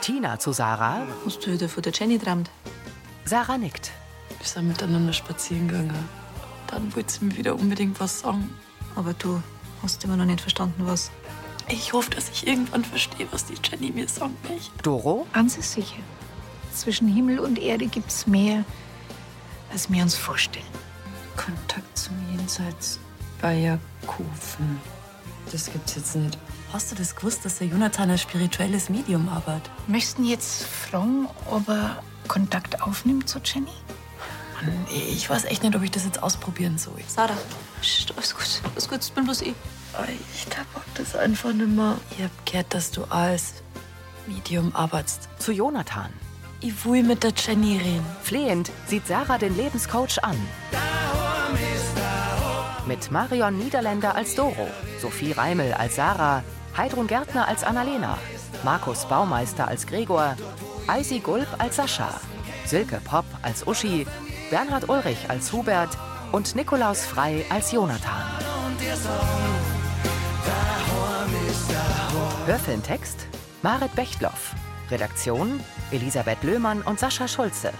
Tina zu Sarah. Hast du wieder von der Jenny geträumt? Sarah nickt. Wir sind miteinander spazieren gegangen. Dann wollte sie mir wieder unbedingt was sagen. Aber du hast immer noch nicht verstanden, was. Ich hoffe, dass ich irgendwann verstehe, was die Jenny mir sagen möchte. Doro. Ganz sicher. Zwischen Himmel und Erde gibt's mehr, als wir uns vorstellen. Kontakt zum Jenseits Bayerkofen. Das gibt's jetzt nicht. Hast du das gewusst, dass der Jonathan ein spirituelles Medium arbeitet? Möchten jetzt fragen, ob er Kontakt aufnimmt zu Jenny? Ich weiß echt nicht, ob ich das jetzt ausprobieren soll. Sarah, pst, alles gut, alles gut, das bin bloß ich. Ich hab Bock das einfach nicht mehr. Ich hab gehört, dass du als Medium arbeitest. Zu Jonathan. Ich will mit der Jenny reden. Flehend sieht Sarah den Lebenscoach an. Mit Marion Niederländer als Doro, Sophie Reimel als Sarah, Heidrun Gärtner als Annalena, Markus Baumeister als Gregor, Eisi Gulb als Sascha, Silke Popp als Uschi, Bernhard Ulrich als Hubert und Nikolaus Frei als Jonathan. Hörfilmtext Marit Bechtloff. Redaktion Elisabeth Löhmann und Sascha Schulze.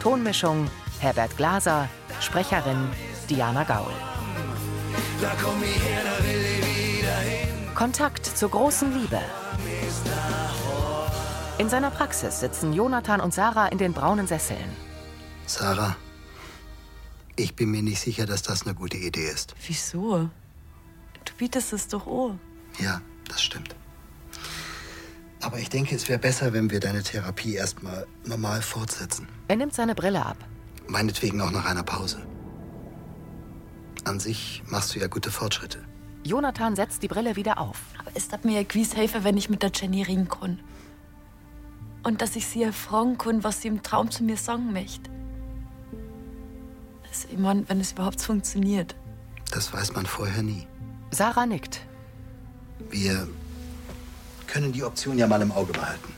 Tonmischung Herbert Glaser. Sprecherin Diana Gaul. Kontakt zur großen Liebe. In seiner Praxis sitzen Jonathan und Sarah in den braunen Sesseln. Sarah, ich bin mir nicht sicher, dass das eine gute Idee ist. Wieso? Du bietest es doch oh. an. Ja, das stimmt. Aber ich denke, es wäre besser, wenn wir deine Therapie erstmal normal fortsetzen. Er nimmt seine Brille ab. Meinetwegen auch nach einer Pause. An sich machst du ja gute Fortschritte. Jonathan setzt die Brille wieder auf. Aber es hat mir ja gewiss helfen, wenn ich mit der Jenny reden kann. Und dass ich sie ja fragen kann, was sie im Traum zu mir sagen möchte. Also, ich meine, wenn es überhaupt funktioniert. Das weiß man vorher nie. Sarah nickt. Wir können die Option ja mal im Auge behalten.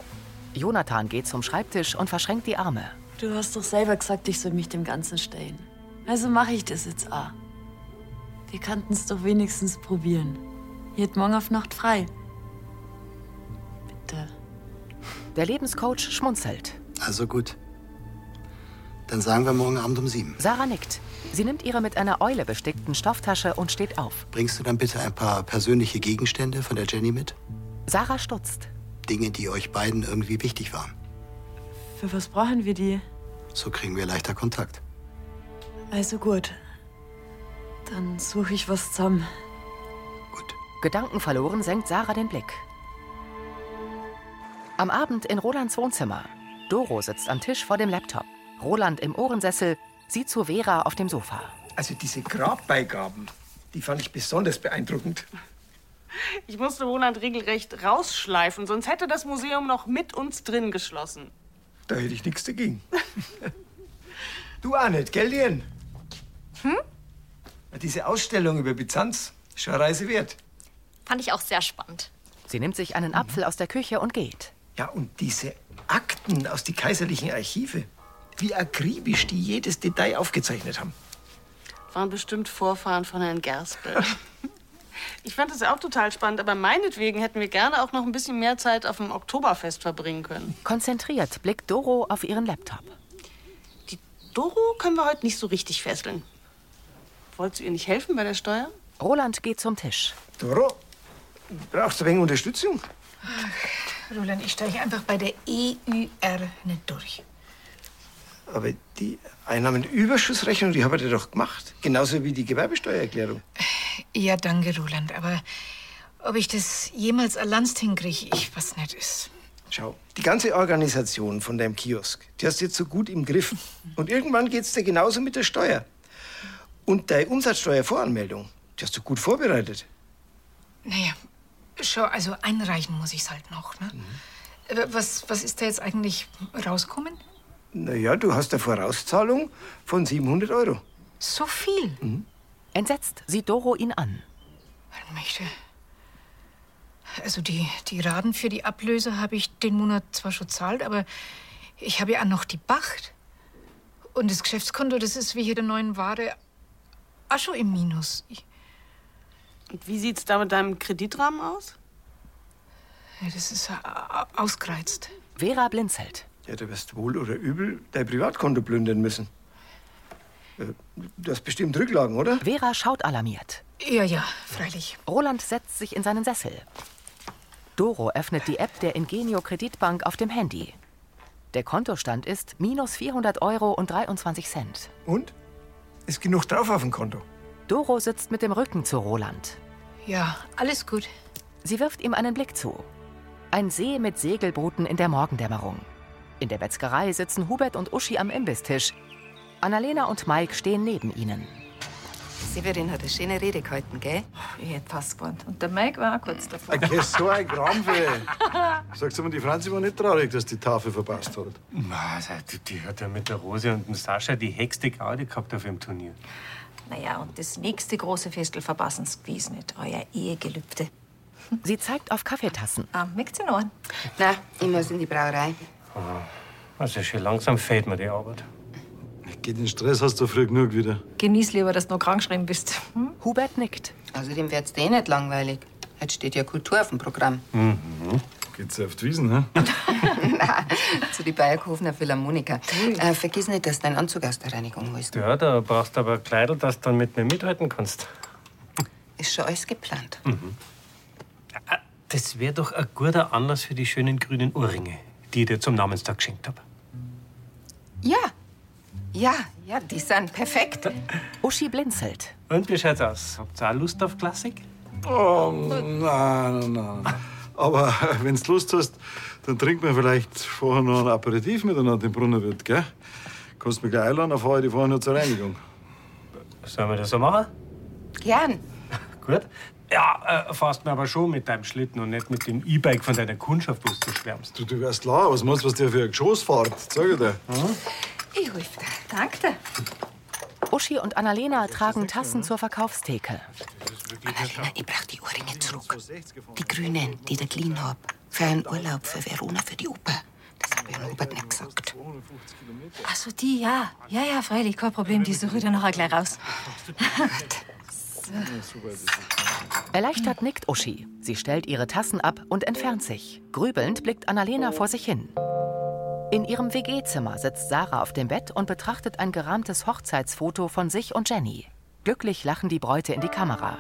Jonathan geht zum Schreibtisch und verschränkt die Arme. Du hast doch selber gesagt, ich soll mich dem Ganzen stellen. Also mache ich das jetzt auch. Wir könnten es doch wenigstens probieren. Hier morgen auf Nacht frei. Bitte. Der Lebenscoach schmunzelt. Also gut. Dann sagen wir morgen Abend um sieben. Sarah nickt. Sie nimmt ihre mit einer Eule bestickten Stofftasche und steht auf. Bringst du dann bitte ein paar persönliche Gegenstände von der Jenny mit? Sarah stutzt. Dinge, die euch beiden irgendwie wichtig waren. Für was brauchen wir die? So kriegen wir leichter Kontakt. Also gut. Dann suche ich was zusammen. Gut. Gedankenverloren senkt Sarah den Blick. Am Abend in Rolands Wohnzimmer. Doro sitzt am Tisch vor dem Laptop. Roland im Ohrensessel, sie zu Vera auf dem Sofa. Also diese Grabbeigaben, die fand ich besonders beeindruckend. Ich musste Roland regelrecht rausschleifen, sonst hätte das Museum noch mit uns drin geschlossen. Da hätte ich nichts dagegen. du auch nicht, gell, Lien? Hm? Diese Ausstellung über Byzanz, ist schon eine Reise wert. Fand ich auch sehr spannend. Sie nimmt sich einen Apfel aus der Küche und geht. Ja, und diese Akten aus den kaiserlichen Archive. Wie akribisch die jedes Detail aufgezeichnet haben. Waren bestimmt Vorfahren von Herrn Gerspel. Ich fand das auch total spannend, aber meinetwegen hätten wir gerne auch noch ein bisschen mehr Zeit auf dem Oktoberfest verbringen können. Konzentriert blickt Doro auf ihren Laptop. Die Doro können wir heute nicht so richtig fesseln. Wolltest du ihr nicht helfen bei der Steuer? Roland geht zum Tisch. Doro, brauchst du ein wenig Unterstützung? Roland, ich steige einfach bei der EUR nicht durch. Aber die Einnahmenüberschussrechnung, die habt ihr doch gemacht. Genauso wie die Gewerbesteuererklärung. Ja, danke, Roland, aber ob ich das jemals erlanzt hinkriege, ich weiß nicht. Ist. Schau, die ganze Organisation von deinem Kiosk, die hast du jetzt so gut im Griff. Und irgendwann geht's dir genauso mit der Steuer. Und deine Umsatzsteuervoranmeldung, die hast du gut vorbereitet. Naja, schau, also einreichen muss ich es halt noch. Ne? Äh, Was, was ist da jetzt eigentlich rauskommen? Naja, du hast eine Vorauszahlung von 700 Euro. Mhm. So viel? Entsetzt sieht Doro ihn an. Man möchte. Also die, die Raten für die Ablöse habe ich den Monat zwar schon zahlt, aber ich habe ja auch noch die Bacht. Und das Geschäftskonto, das ist wie hier der neuen Ware auch schon im Minus. Ich, Und wie sieht's da mit deinem Kreditrahmen aus? ja, das ist a- a- ausgereizt. Vera blinzelt. Ja, du wirst wohl oder übel dein Privatkonto plündern müssen. Äh, Du hast bestimmt Rücklagen, oder? Vera schaut alarmiert. Ja, ja, freilich. Roland setzt sich in seinen Sessel. Doro öffnet die App der Ingenio Kreditbank auf dem Handy. Der Kontostand ist minus 400 Euro und 23 Cent. Und? Ist genug drauf auf dem Konto? Doro sitzt mit dem Rücken zu Roland. Ja, alles gut. Sie wirft ihm einen Blick zu. Ein See mit Segelbooten in der Morgendämmerung. In der Metzgerei sitzen Hubert und Uschi am Imbisstisch. Annalena und Mike stehen neben ihnen. Severin hat eine schöne Rede gehalten, gell? Ich hätte fast gewarnt. Und der Mike war auch kurz davor. Okay, so ein Um Krampf, ey. Sagst du mir, die Franzi war nicht traurig, dass die Tafel verpasst hat? Ma, also, die, die hat ja mit der Rose und dem Sascha die hexte Gaudi gehabt auf dem Turnier. Naja, und das nächste große Festel verpassen sie gewiss nicht. Euer Ehegelübde. Sie zeigt auf Kaffeetassen. Ah, mögt ihr noch einen? Nein, ich muss in die Brauerei. Ah. Also schon langsam fehlt mir die Arbeit. Geht den Stress hast du früh genug wieder. Genieß lieber, dass du noch krankgeschrieben bist. Hm? Hubert nickt. Außerdem wird's dir eh nicht langweilig. Heute steht ja Kultur auf dem Programm. Mhm. Geht's auf die Wiesen, ne? Zu die Bayerkofener Philharmoniker. Äh, vergiss nicht, dass du deinen Anzug aus der Reinigung holst. Ja, da brauchst du aber ein Kleidl, dass du dann mit mir mithalten kannst. Ist schon alles geplant. Mhm. Ah, Das wäre doch ein guter Anlass für die schönen grünen Ohrringe, die ich dir zum Namenstag geschenkt habe. Ja. Ja, ja, die sind perfekt. Uschi blinzelt. Und wie schaut's aus? Habt ihr auch Lust auf Klassik? Oh, nein, nein, nein. Aber wenn's Lust hast, dann trinken wir vielleicht vorher noch ein Aperitif miteinander im Brunnerwirt, gell? Kannst mich gleich einladen, dann fahr ich dich vorher noch zur Reinigung. Sollen wir das so machen? Gern. Gut. Ja, äh, fahrst mir aber schon mit deinem Schlitten und nicht mit dem E-Bike von deiner Kundschaft, wo du schwärmst. Du, du wärst klar, was meinst du, was dir für ein Geschoss fährt? Zeig ich dir. Ich helfe dir. Danke. Uschi und Annalena tragen Tassen zur Verkaufstheke. Annalena, ich brauch die Ohrringe zurück. Die grünen, die der Clean hab. Für einen Urlaub, für Verona, für die Oper. Das habe ich an Robert nicht gesagt. Also die, ja. Ja, ja, freilich, kein Problem. Die suche ich dann nachher gleich raus. Erleichtert nickt Uschi. Sie stellt ihre Tassen ab und entfernt sich. Grübelnd blickt Annalena vor sich hin. In ihrem WG-Zimmer sitzt Sarah auf dem Bett und betrachtet ein gerahmtes Hochzeitsfoto von sich und Jenny. Glücklich lachen die Bräute in die Kamera.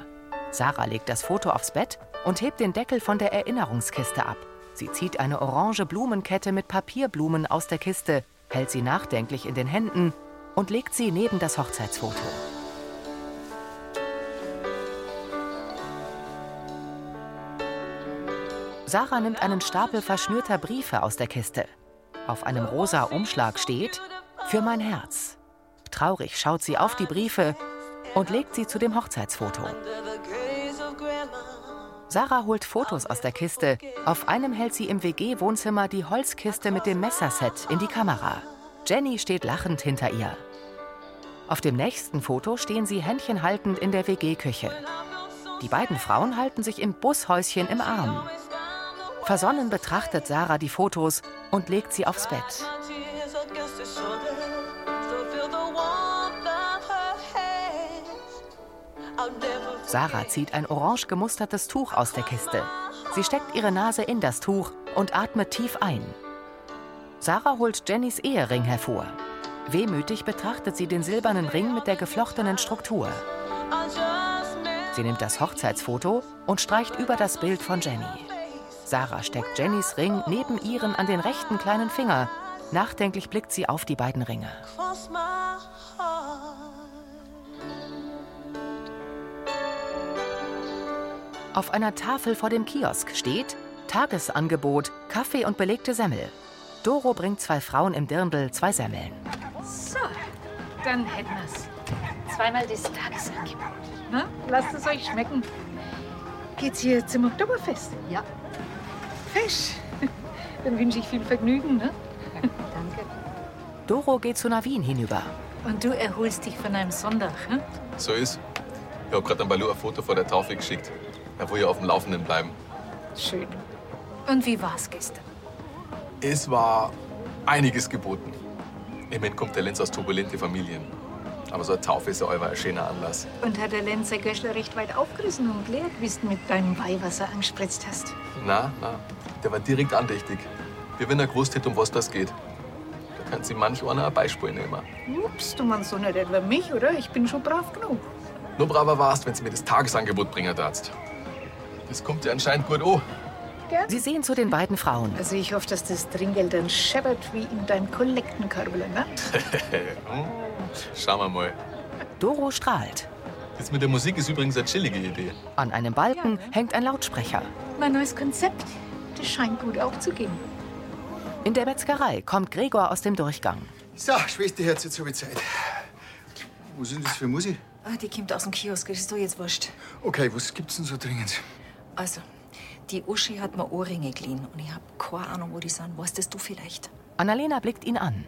Sarah legt das Foto aufs Bett und hebt den Deckel von der Erinnerungskiste ab. Sie zieht eine orange Blumenkette mit Papierblumen aus der Kiste, hält sie nachdenklich in den Händen und legt sie neben das Hochzeitsfoto. Sarah nimmt einen Stapel verschnürter Briefe aus der Kiste. Auf einem rosa Umschlag steht Für mein Herz. Traurig schaut sie auf die Briefe und legt sie zu dem Hochzeitsfoto. Sarah holt Fotos aus der Kiste. Auf einem hält sie im WG-Wohnzimmer die Holzkiste mit dem Messerset in die Kamera. Jenny steht lachend hinter ihr. Auf dem nächsten Foto stehen sie händchenhaltend in der WG-Küche. Die beiden Frauen halten sich im Bushäuschen im Arm. Versonnen betrachtet Sarah die Fotos und legt sie aufs Bett. Sarah zieht ein orange gemustertes Tuch aus der Kiste. Sie steckt ihre Nase in das Tuch und atmet tief ein. Sarah holt Jennys Ehering hervor. Wehmütig betrachtet sie den silbernen Ring mit der geflochtenen Struktur. Sie nimmt das Hochzeitsfoto und streicht über das Bild von Jenny. Sarah steckt Jennys Ring neben ihren an den rechten kleinen Finger. Nachdenklich blickt sie auf die beiden Ringe. Auf einer Tafel vor dem Kiosk steht Tagesangebot, Kaffee und belegte Semmel. Doro bringt zwei Frauen im Dirndl zwei Semmeln. So, dann hätten wir's. Zweimal das Tagesangebot. Na, lasst es euch schmecken. Geht's hier zum Oktoberfest? Ja. Fisch. Dann wünsche ich viel Vergnügen, ne? Doro geht zu Navin hinüber. Und du erholst dich von einem Sonntag, ne? So ist. Ich hab grad an Balu ein Foto vor der Taufe geschickt. Er will ja auf dem Laufenden bleiben. Schön. Und wie war's gestern? Es war einiges geboten. Im Moment kommt der Lenz aus turbulente Familien. Aber so eine Taufe ist ja euer ein schöner Anlass. Und hat der Lenzer Göschler recht weit aufgerissen und leer, wie du mit deinem Weihwasser angespritzt hast. Na, na, der war direkt andächtig. Wir werden ja gewusst hätten, um was das geht. Da kann sie manch einer ein Beispiel nehmen. Ups, du meinst so nicht etwa mich, oder? Ich bin schon brav genug. Nur braver warst, wenn sie mir das Tagesangebot bringen darfst. Das kommt dir anscheinend gut an. Sie sehen zu den beiden Frauen. Also ich hoffe, dass das Trinkgeld dann scheppert wie in deinem Kollektenkörbchen, ne? Hm? Schauen wir mal. Doro strahlt. Das mit der Musik ist übrigens eine chillige Idee. An einem Balken hängt ein Lautsprecher. Mein neues Konzept, das scheint gut aufzugehen. In der Metzgerei kommt Gregor aus dem Durchgang. So, Schwester, jetzt, jetzt hab ich Zeit. Wo sind das für Musik? Ah, die kommt aus dem Kiosk, das ist doch jetzt wurscht. Okay, was gibt's denn so dringend? Also, die Uschi hat mir Ohrringe geliehen und ich hab keine Ahnung, wo die sind. Weißt das du vielleicht? Annalena blickt ihn an.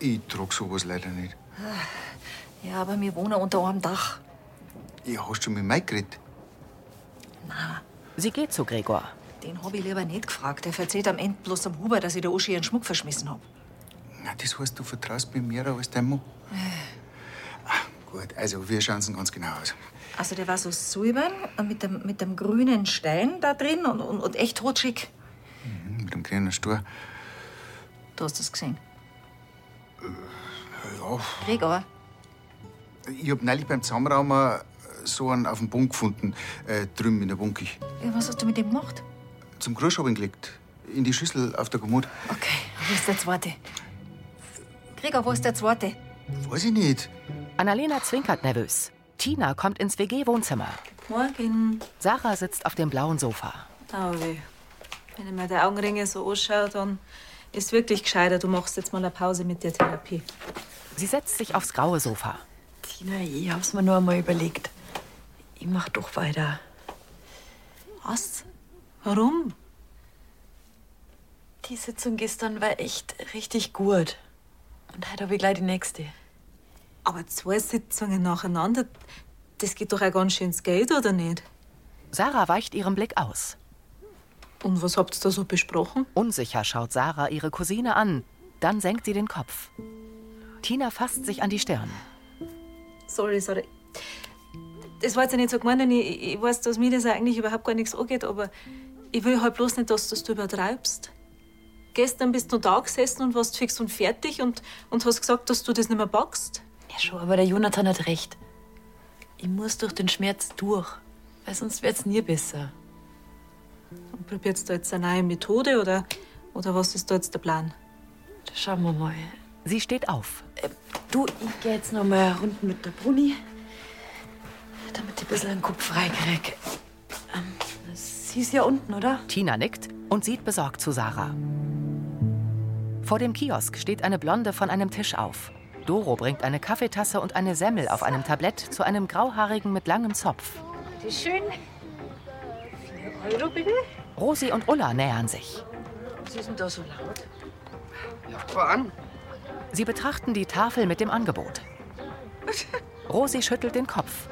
Ich trag sowas leider nicht. Ah, Ja, aber wir wohnen unter einem Dach. Ja, hast du mit Mike geredet? Sie geht zu Gregor. Den hab ich lieber nicht gefragt. Er erzählt am Ende bloß am Huber, dass ich der Uschi ihren Schmuck verschmissen hab. Na, das heißt, du vertraust mir mehr als dein Mann. Ah, gut, also wir schauen es ganz genau aus. Also der war so silbern und mit dem, mit dem grünen Stein da drin und, und, und echt totschick. Hm, Mit dem grünen Stor. Du hast es gesehen. Ja, Gregor, ich hab neulich beim Zusammenraumen äh, so einen auf dem Bunk gefunden, äh, drüben in der Bunke. ja, was hast du mit dem gemacht? Zum Grosch hab ich ihn gelegt. In die Schüssel auf der Kommode. Wo ist der zweite? Gregor, wo ist der zweite? Weiß ich nicht. Annalena zwinkert nervös. Tina kommt ins WG-Wohnzimmer. Morgen. Sarah sitzt auf dem blauen Sofa. Oh, weh. Wenn ich mir die Augenringe so anschaue, dann ist wirklich gescheiter, du machst jetzt mal eine Pause mit der Therapie. Sie setzt sich aufs graue Sofa. Tina, ich hab's mir nur einmal überlegt. Ich mach doch weiter. Was? Warum? Die Sitzung gestern war echt richtig gut. Und heute hab ich gleich die nächste. Aber zwei Sitzungen nacheinander, das geht doch auch ganz schön ins Geld, oder nicht? Sarah weicht ihrem Blick aus. Und was habt ihr da so besprochen? Unsicher schaut Sarah ihre Cousine an. Dann senkt sie den Kopf. Tina fasst sich an die Stirn. Sorry, sorry. Das war jetzt ja nicht so gemeint und ich, ich weiß, dass mir das eigentlich überhaupt gar nichts angeht, aber ich will halt bloß nicht, dass du's du übertreibst. Gestern bist du da gesessen und warst fix und fertig und, und hast gesagt, dass du das nicht mehr packst. Ja, schon, aber der Jonathan hat recht. Ich muss durch den Schmerz durch, weil sonst wird's nie besser. Und probierst du jetzt eine neue Methode oder, oder was ist da jetzt der Plan? Schauen wir mal. Sie steht auf. Äh, Du, ich geh jetzt noch mal runden mit der Bruni, damit ich ein bisschen den Kopf frei krieg. Ähm, sie ist ja unten, oder? Tina nickt und sieht besorgt zu Sarah. Vor dem Kiosk steht eine Blonde von einem Tisch auf. Doro bringt eine Kaffeetasse und eine Semmel auf einem Tablett zu einem Grauhaarigen mit langem Zopf. Bitte schön. 4 Euro bitte. Rosi und Ulla nähern sich. Was ist denn da so laut? an. Sie betrachten die Tafel mit dem Angebot. Rosi schüttelt den Kopf.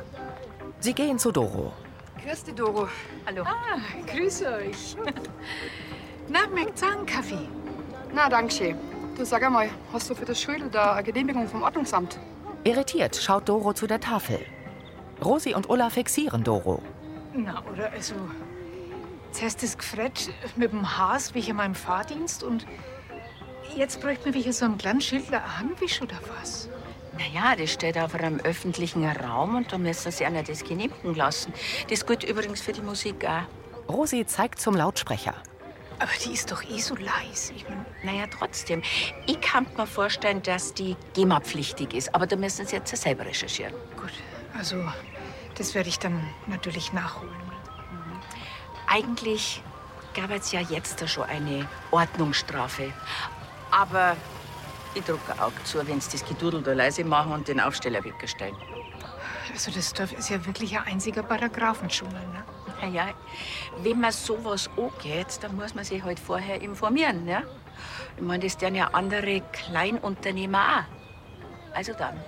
Sie gehen zu Doro. Grüß dich, Doro. Hallo. Ah, grüß euch. Na, merkt's an, Kaffee? Na, danke schön. Du sag einmal, hast du für das Schödel da eine Genehmigung vom Ordnungsamt? Irritiert schaut Doro zu der Tafel. Rosi und Ulla fixieren Doro. Na, oder also. Zuerst das Gefretsch mit dem Haas, wie ich in meinem Fahrdienst und jetzt bräuchte man welche so einen kleinen Schildler Handwisch oder was? Naja, das steht auf einem öffentlichen Raum und da müsste sich einer das genehmigen lassen. Das gilt übrigens für die Musik auch. Rosi zeigt zum Lautsprecher. Aber die ist doch eh so leise. Ich mein, naja, trotzdem. Ich kann mir vorstellen, dass die GEMA-pflichtig ist. Aber da müssen Sie jetzt selber recherchieren. Gut, also das werde ich dann natürlich nachholen. Eigentlich gab es ja jetzt da schon eine Ordnungsstrafe. Aber ich drücke ein Auge zu, wenn Sie das Gedudel da leise machen und den Aufsteller wegstellen. Also das Dorf ist ja wirklich ein einziger Paragraphenschungel, ne? Naja, wenn man sowas angeht, dann muss man sich halt vorher informieren, ne? Ich meine, das tun ja andere Kleinunternehmer auch. Also dann,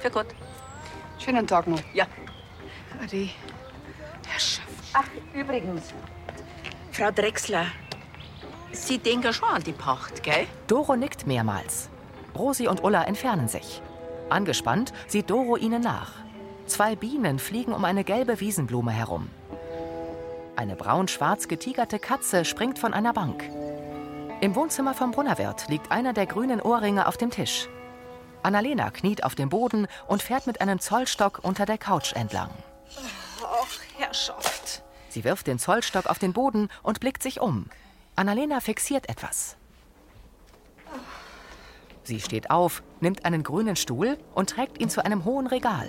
für Gott. Schönen Tag noch. Ja. Ade. Herrschaft. Ach, übrigens, Frau Drechsler, Sie denken schon an die Pacht, gell? Doro nickt mehrmals. Rosi und Ulla entfernen sich. Angespannt sieht Doro ihnen nach. Zwei Bienen fliegen um eine gelbe Wiesenblume herum. Eine braun-schwarz getigerte Katze springt von einer Bank. Im Wohnzimmer vom Brunnerwirt liegt einer der grünen Ohrringe auf dem Tisch. Annalena kniet auf dem Boden und fährt mit einem Zollstock unter der Couch entlang. Ach, Herrschaft. Sie wirft den Zollstock auf den Boden und blickt sich um. Annalena fixiert etwas. Sie steht auf, nimmt einen grünen Stuhl und trägt ihn zu einem hohen Regal.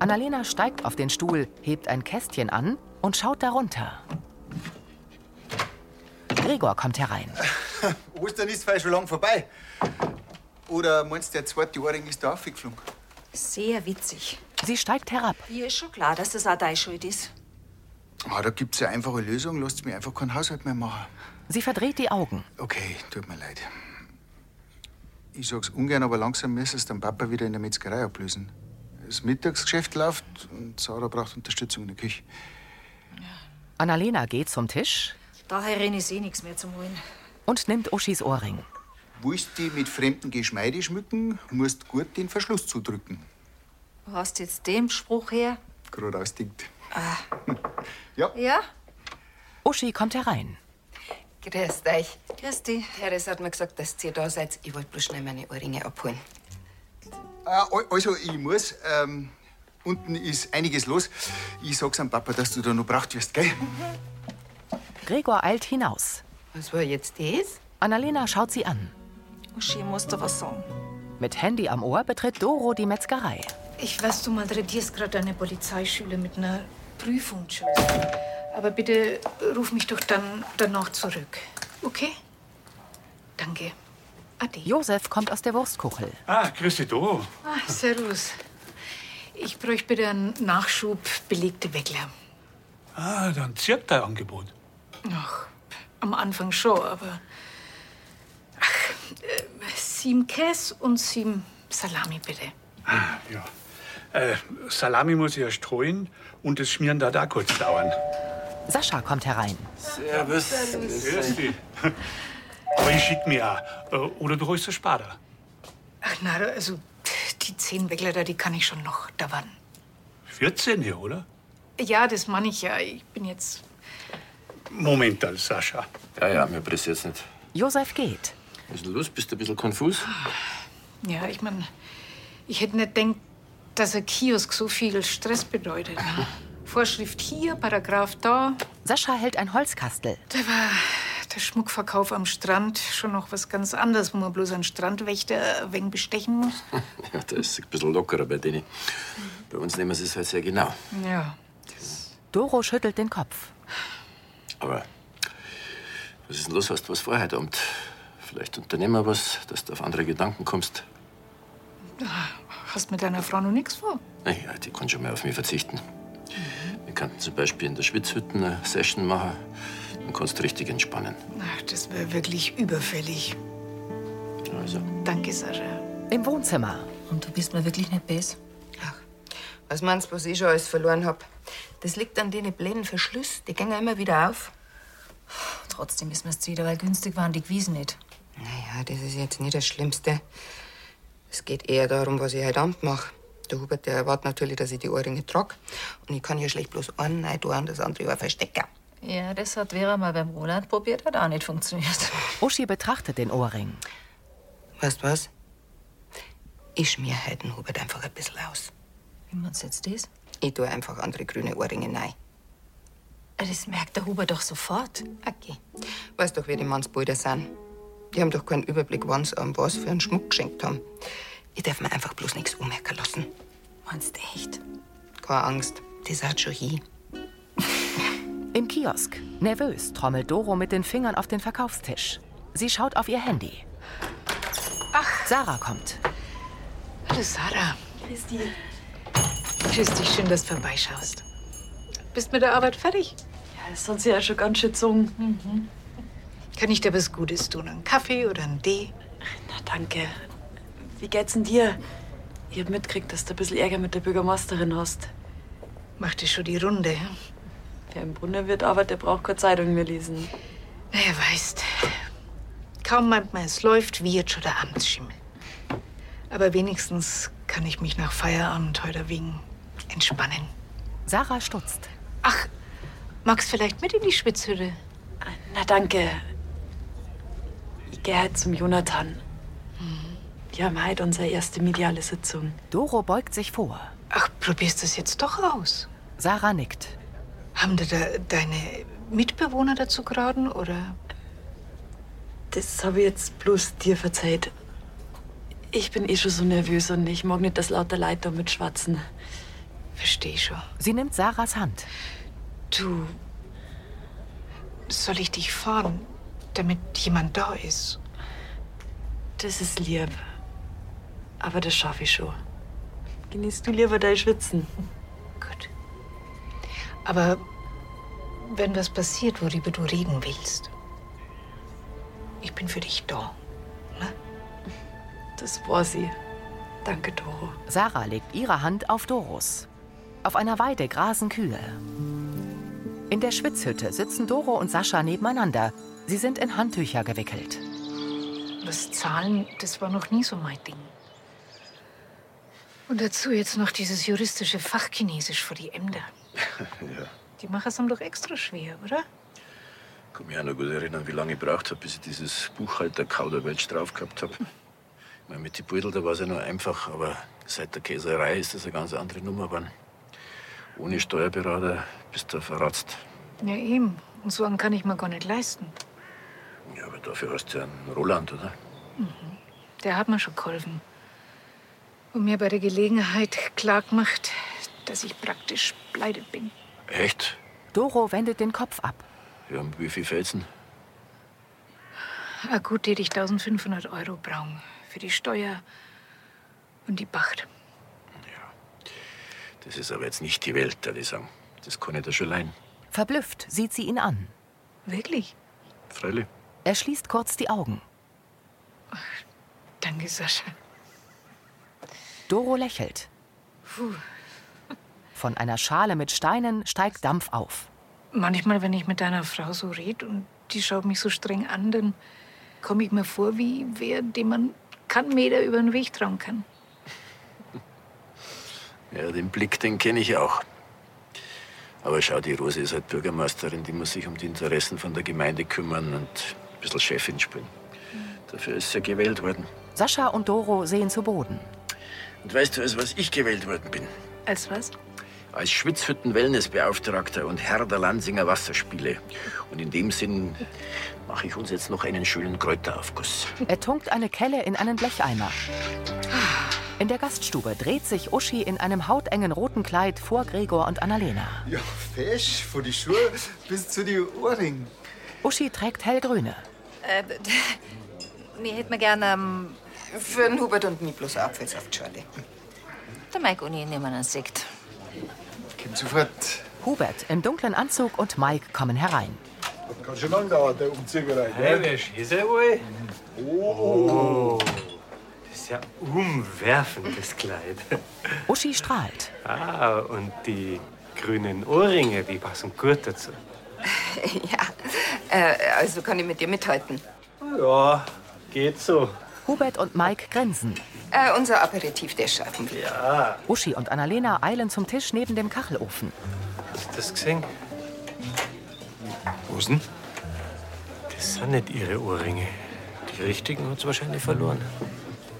Annalena steigt auf den Stuhl, hebt ein Kästchen an und schaut darunter. Gregor kommt herein. Ostern ist vielleicht schon lang vorbei. Oder meinst du, der zweite Ohrring ist da aufgeflogen? Sehr witzig. Sie steigt herab. Hier ist schon klar, dass das auch deine Schuld ist. Ah, da gibt's ja einfache Lösung. Lasst mir einfach keinen Haushalt mehr machen. Sie verdreht die Augen. Okay, tut mir leid. Ich sag's ungern, aber langsam müssen es dann Papa wieder in der Metzgerei ablösen. Das Mittagsgeschäft läuft und Sarah braucht Unterstützung in der Küche. Annalena geht zum Tisch Daher renne ich eh nichts mehr zum Holen. und nimmt Uschis Ohrring. Willst die mit fremden Geschmeide schmücken, musst gut den Verschluss zudrücken. Wo hast du jetzt den Spruch her? Gerade ausdinkt. Ja? Uschi kommt herein. Grüß euch. Grüß dich. Teres hat mir gesagt, dass ihr da seid. Ich wollte bloß schnell meine Ohrringe abholen. Ah, al- also, ich muss. Ähm, unten ist einiges los. Ich sag's an Papa, dass du da noch braucht wirst, gell? Gregor eilt hinaus. Was war jetzt das? Annalena schaut sie an. Uschi muss da was sagen. Mit Handy am Ohr betritt Doro die Metzgerei. Ich weiß, du malträtierst gerade eine Polizeischule mit einer Prüfung, Joyce. Aber bitte ruf mich doch dann danach zurück. Okay? Danke. Josef kommt aus der Wurstkuchel. Ah, grüß dich, du. Ah, servus. Ich bräuchte bitte einen Nachschub belegte Weckler. Ah, dann zirkt dein Angebot. Ach, am Anfang schon, aber. Ach, äh, sieben Käse und sieben Salami, bitte. Ah, ja. Äh, Salami muss ich ja streuen und das Schmieren darf auch kurz dauern. Sascha kommt herein. Servus. Servus. Grüß dich. Aber ich schick mir auch. Äh, Oder du holst einen Sparer. Ach, na, also die zehn Weckler da, die kann ich schon noch. Da waren. 14 hier, oder? Ja, das meine ich ja. Ich bin jetzt. Moment, al, Sascha. Ja, ja, mir bricht jetzt nicht. Josef geht. Was ist denn los? Bist du ein bisschen konfus? Ja, ich meine, ich hätte nicht gedacht, dass ein Kiosk so viel Stress bedeutet. Ne? Vorschrift hier, Paragraph da. Sascha hält ein Holzkastel. Da war der Schmuckverkauf am Strand schon noch was ganz anderes, wo man bloß einen Strandwächter wegen bestechen muss. Ja, da ist ein bisschen lockerer bei denen. Bei uns nehmen sie es halt sehr genau. Ja. Doro schüttelt den Kopf. Aber was ist denn los? Hast du was vor heute Abend? Vielleicht unternehmen wir was, dass du auf andere Gedanken kommst. Hast mit deiner Frau noch nichts vor? Naja, die kann schon mal auf mich verzichten. Wir könnten zum Beispiel in der Schwitzhütte eine Session machen. Dann kannst du richtig entspannen. Ach, das wäre wirklich überfällig. Also. Danke, Sarah. Im Wohnzimmer. Und du bist mir wirklich nicht bess? Ach, was meinst du, was ich schon alles verloren hab? Das liegt an den blöden Verschlüssen. Die gehen ja immer wieder auf. Trotzdem ist mir's wieder, weil günstig waren die Gewiesen nicht. Naja, das ist jetzt nicht das Schlimmste. Es geht eher darum, was ich heute Abend mache. Der Hubert, der erwartet natürlich, dass ich die Ohrringe trage. Und ich kann hier schlecht bloß einen rein tun und das andere Ohr verstecken. Ja, das hat Vera mal beim Roland probiert, hat auch nicht funktioniert. Uschi betrachtet den Ohrring. Weißt du was? Ich schmier heute den Hubert einfach ein bisschen aus. Wie man jetzt das? Ich tue einfach andere grüne Ohrringe rein. Das merkt der Huber doch sofort. Okay. Weißt doch, wer die Mannsbrüder sind. Die haben doch keinen Überblick, wann sie einem was für einen Schmuck geschenkt haben. Ich darf mir einfach bloß nichts ummerken lassen. Meinst du echt? Keine Angst, das hat schon hin. Im Kiosk. Nervös trommelt Doro mit den Fingern auf den Verkaufstisch. Sie schaut auf ihr Handy. Ach. Sarah kommt. Hallo, Sarah. Christi. Grüß dich, schön, dass du vorbeischaust. Bist mit der Arbeit fertig? Ja, das hat sie ja schon ganz schön gezogen. Mhm. Kann ich dir was Gutes tun? Einen Kaffee oder einen Tee? Na, danke. Wie geht's denn dir? Ich hab mitgekriegt, dass du ein bisschen Ärger mit der Bürgermeisterin hast. Macht dir schon die Runde, ja? Wer im Brunner wird arbeitet, der braucht keine Zeitung mehr lesen. Na, ihr weißt, kaum meint man, es läuft, wird schon der Amtsschimmel. Aber wenigstens kann ich mich nach Feierabend heute wegen entspannen. Sarah stutzt. Ach, magst vielleicht mit in die Schwitzhütte? Na, danke. Gerhard zum Jonathan. Wir haben heute unsere erste mediale Sitzung. Doro beugt sich vor. Ach, probierst das jetzt doch aus? Sarah nickt. Haben dir da deine Mitbewohner dazu geraten oder? Das habe ich jetzt bloß dir verzeiht. Ich bin eh schon so nervös und ich mag nicht, dass lauter Leute da mitschwatzen. Verstehe schon. Sie nimmt Sarahs Hand. Du. Soll ich dich fahren, damit jemand da ist? Das ist lieb. Aber das schaffe ich schon. Genießt du lieber dein Schwitzen. Aber wenn was passiert, worüber du reden willst, ich bin für dich da. Das war sie. Danke, Doro. Sarah legt ihre Hand auf Doros. Auf einer Weide grasen Kühe. In der Schwitzhütte sitzen Doro und Sascha nebeneinander. Sie sind in Handtücher gewickelt. Das Zahlen, das war noch nie so mein Ding. Und dazu jetzt noch dieses juristische Fachchinesisch für die Ämter. Ja. Die machen es einem doch extra schwer, oder? Kann mich auch noch gut erinnern, wie lange ich gebraucht habe, bis ich dieses Buchhalter-Kauderwelsch drauf gehabt habe. Ich meine, mit den Beutel, da war es ja noch einfach, aber seit der Käserei ist das eine ganz andere Nummer geworden. Ohne Steuerberater bist du verratzt. Ja, eben. Und so einen kann ich mir gar nicht leisten. Ja, aber dafür hast du ja einen Roland, oder? Mhm. Der hat mir schon geholfen. Und mir bei der Gelegenheit klargemacht, dass ich praktisch bleidet bin. Echt? Doro wendet den Kopf ab. Ja, und wie viel Felsen? Ah, gut, hätte ich 1500 Euro brauchen. Für die Steuer und die Pacht. Das ist aber jetzt nicht die Welt, würde ich sagen. Das kann ich dir schon leihen. Verblüfft sieht sie ihn an. Wirklich? Freilich. Er schließt kurz die Augen. Danke, Sascha. Doro lächelt. Puh. Von einer Schale mit Steinen steigt Dampf auf. Manchmal, wenn ich mit deiner Frau so rede und die schaut mich so streng an, dann komme ich mir vor wie wer, dem man keinen Meter über den Weg trauen kann. Ja, den Blick, den kenne ich auch. Aber schau, die Rose ist halt Bürgermeisterin, die muss sich um die Interessen von der Gemeinde kümmern und ein bisschen Chefin spielen. Dafür ist sie ja gewählt worden. Sascha und Doro sehen zu Boden. Und weißt du, als was ich gewählt worden bin? Als was? Als Schwitzhütten-Wellnessbeauftragter und Herr der Lansinger Wasserspiele. Und in dem Sinn mache ich uns jetzt noch einen schönen Kräuteraufguss. Er tunkt eine Kelle in einen Blecheimer. In der Gaststube dreht sich Uschi in einem hautengen roten Kleid vor Gregor und Annalena. Ja, fesch, von die Schuhe bis zu die Ohrring. Uschi trägt hellgrüne. Äh, mir hätten wir gerne ähm, Für den Hubert und mich bloß eine Apfelsaftschale. der Mike und ich nehmen einen Sekt. Kommt sofort. Hubert im dunklen Anzug und Mike kommen herein. Hat schon lange gedauert, der Umziegerei. Hey, wer ist er wohl? Oh. Das ist ja umwerfend, das Kleid. Uschi strahlt. Ah, und die grünen Ohrringe, die passen gut dazu. Äh, also kann ich mit dir mithalten. Ja, geht so. Hubert und Mike grinsen. Äh, unser Aperitif, der schaffen wir. Ja. Uschi und Annalena eilen zum Tisch neben dem Kachelofen. Hast du das gesehen? Hosen? Das sind nicht ihre Ohrringe. Die richtigen hat sie wahrscheinlich verloren.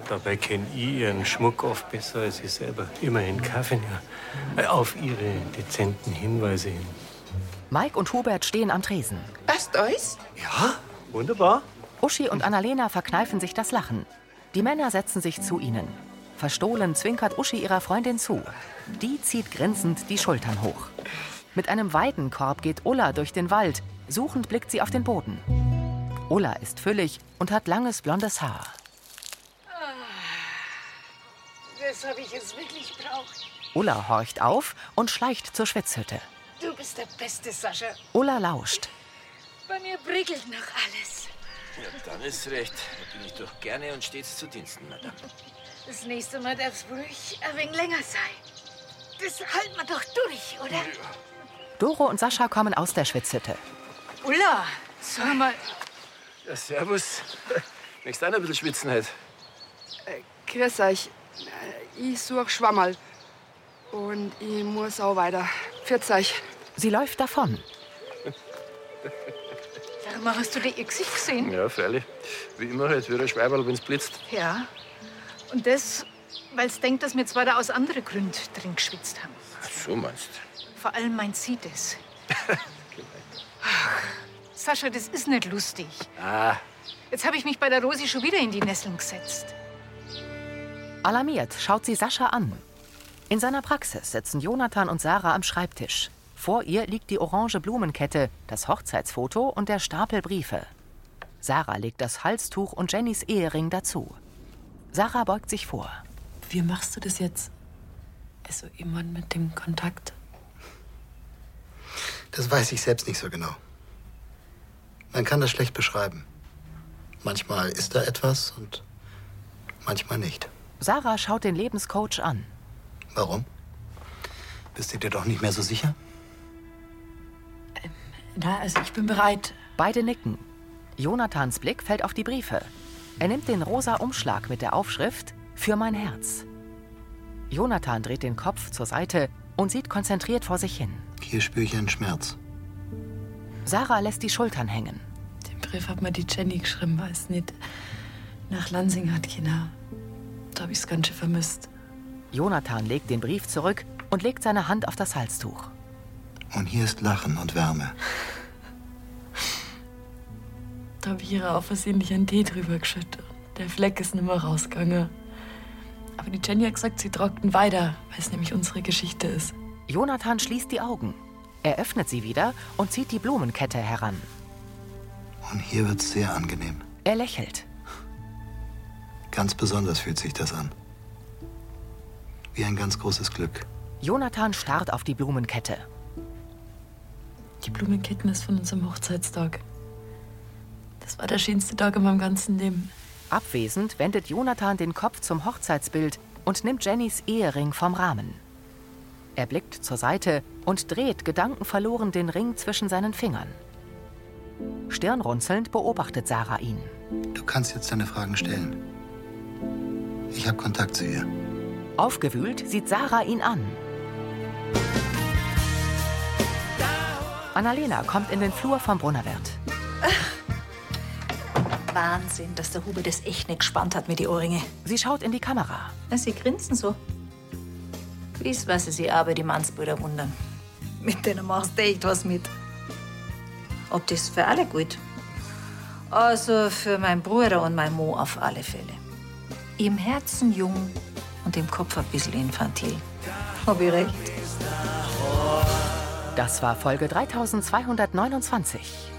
Dabei kenne ich ihren Schmuck oft besser als ich selber. Immerhin Kaffee, ja. Auf ihre dezenten Hinweise hin. Mike und Hubert stehen am Tresen. Passt euch? Ja, wunderbar. Uschi und Annalena verkneifen sich das Lachen. Die Männer setzen sich zu ihnen. Verstohlen zwinkert Uschi ihrer Freundin zu. Die zieht grinsend die Schultern hoch. Mit einem Weidenkorb geht Ulla durch den Wald. Suchend blickt sie auf den Boden. Ulla ist füllig und hat langes blondes Haar. Ah, Das habe ich jetzt wirklich braucht. Ulla horcht auf und schleicht zur Schwitzhütte. Du bist der Beste, Sascha. Ulla lauscht. Bei mir prickelt noch alles. Ja, dann ist recht. Da bin ich doch gerne und stets zu Diensten, Madame. Das nächste Mal darf es ruhig ein wenig länger sein. Das halten wir doch durch, oder? Doro und Sascha kommen aus der Schwitzhütte. Ulla, sag mal, Ja, servus. Möchtest du auch noch ein bisschen schwitzen heute? Grüß euch. Äh, Ich suche Schwammerl. Und ich muss auch weiter. Pfiat euch. Sie läuft davon. Sag mal, hast du die ihr Gesicht gesehen? Ja, freilich. Wie immer halt, wie ein Schweiberl, wenn's blitzt. Ja. Und das, weil es denkt, dass wir zwei da aus anderen Gründen drin geschwitzt haben. Ach, so meinst Vor allem meint sie das. Ach, Sascha, das ist nicht lustig. du. Ah, Jetzt habe ich mich bei der Rosi schon wieder in die Nesseln gesetzt. Alarmiert schaut sie Sascha an. In seiner Praxis sitzen Jonathan und Sarah am Schreibtisch. Vor ihr liegt die orange Blumenkette, das Hochzeitsfoto und der Stapel Briefe. Sarah legt das Halstuch und Jennys Ehering dazu. Sarah beugt sich vor. Wie machst du das jetzt? Also immer mit dem Kontakt? Das weiß ich selbst nicht so genau. Man kann das schlecht beschreiben. Manchmal ist da etwas und manchmal nicht. Sarah schaut den Lebenscoach an. Warum? Bist du dir doch nicht mehr so sicher? Na, also ich bin bereit. Beide nicken. Jonathans Blick fällt auf die Briefe. Er nimmt den rosa Umschlag mit der Aufschrift Für mein Herz. Jonathan dreht den Kopf zur Seite und sieht konzentriert vor sich hin. Hier spüre ich einen Schmerz. Sarah lässt die Schultern hängen. Den Brief hat mir die Jenny geschrieben, weiß nicht. Nach Lansing hat China. Da hab ich's ganz schön vermisst. Jonathan legt den Brief zurück und legt seine Hand auf das Halstuch. Und hier ist Lachen und Wärme. Da hab ich ihre auch versehentlich einen Tee drüber geschüttet. Der Fleck ist nimmer rausgegangen. Aber die Jenny hat gesagt, sie trocknen weiter, weil es nämlich unsere Geschichte ist. Jonathan schließt die Augen. Er öffnet sie wieder und zieht die Blumenkette heran. Und hier wird's sehr angenehm. Er lächelt. Ganz besonders fühlt sich das an. Wie ein ganz großes Glück. Jonathan starrt auf die Blumenkette. Die Blumenketten ist von unserem Hochzeitstag. Das war der schönste Tag in meinem ganzen Leben. Abwesend wendet Jonathan den Kopf zum Hochzeitsbild und nimmt Jennys Ehering vom Rahmen. Er blickt zur Seite und dreht gedankenverloren den Ring zwischen seinen Fingern. Stirnrunzelnd beobachtet Sarah ihn. Du kannst jetzt deine Fragen stellen. Ich habe Kontakt zu ihr. Aufgewühlt sieht Sarah ihn an. Annalena kommt in den Flur vom Brunnerwirt. Wahnsinn, dass der Huber das echt nicht gespannt hat mit die Ohrringe. Sie schaut in die Kamera. Sie grinsen so. Gewiss, was sie sich aber die Mannsbrüder wundern. Mit denen machst du echt was mit. Ob das für alle gut? Also für meinen Bruder und mein Mo auf alle Fälle. Im Herzen jung und im Kopf ein bisschen infantil. Hab ich recht? Das war Folge 3229.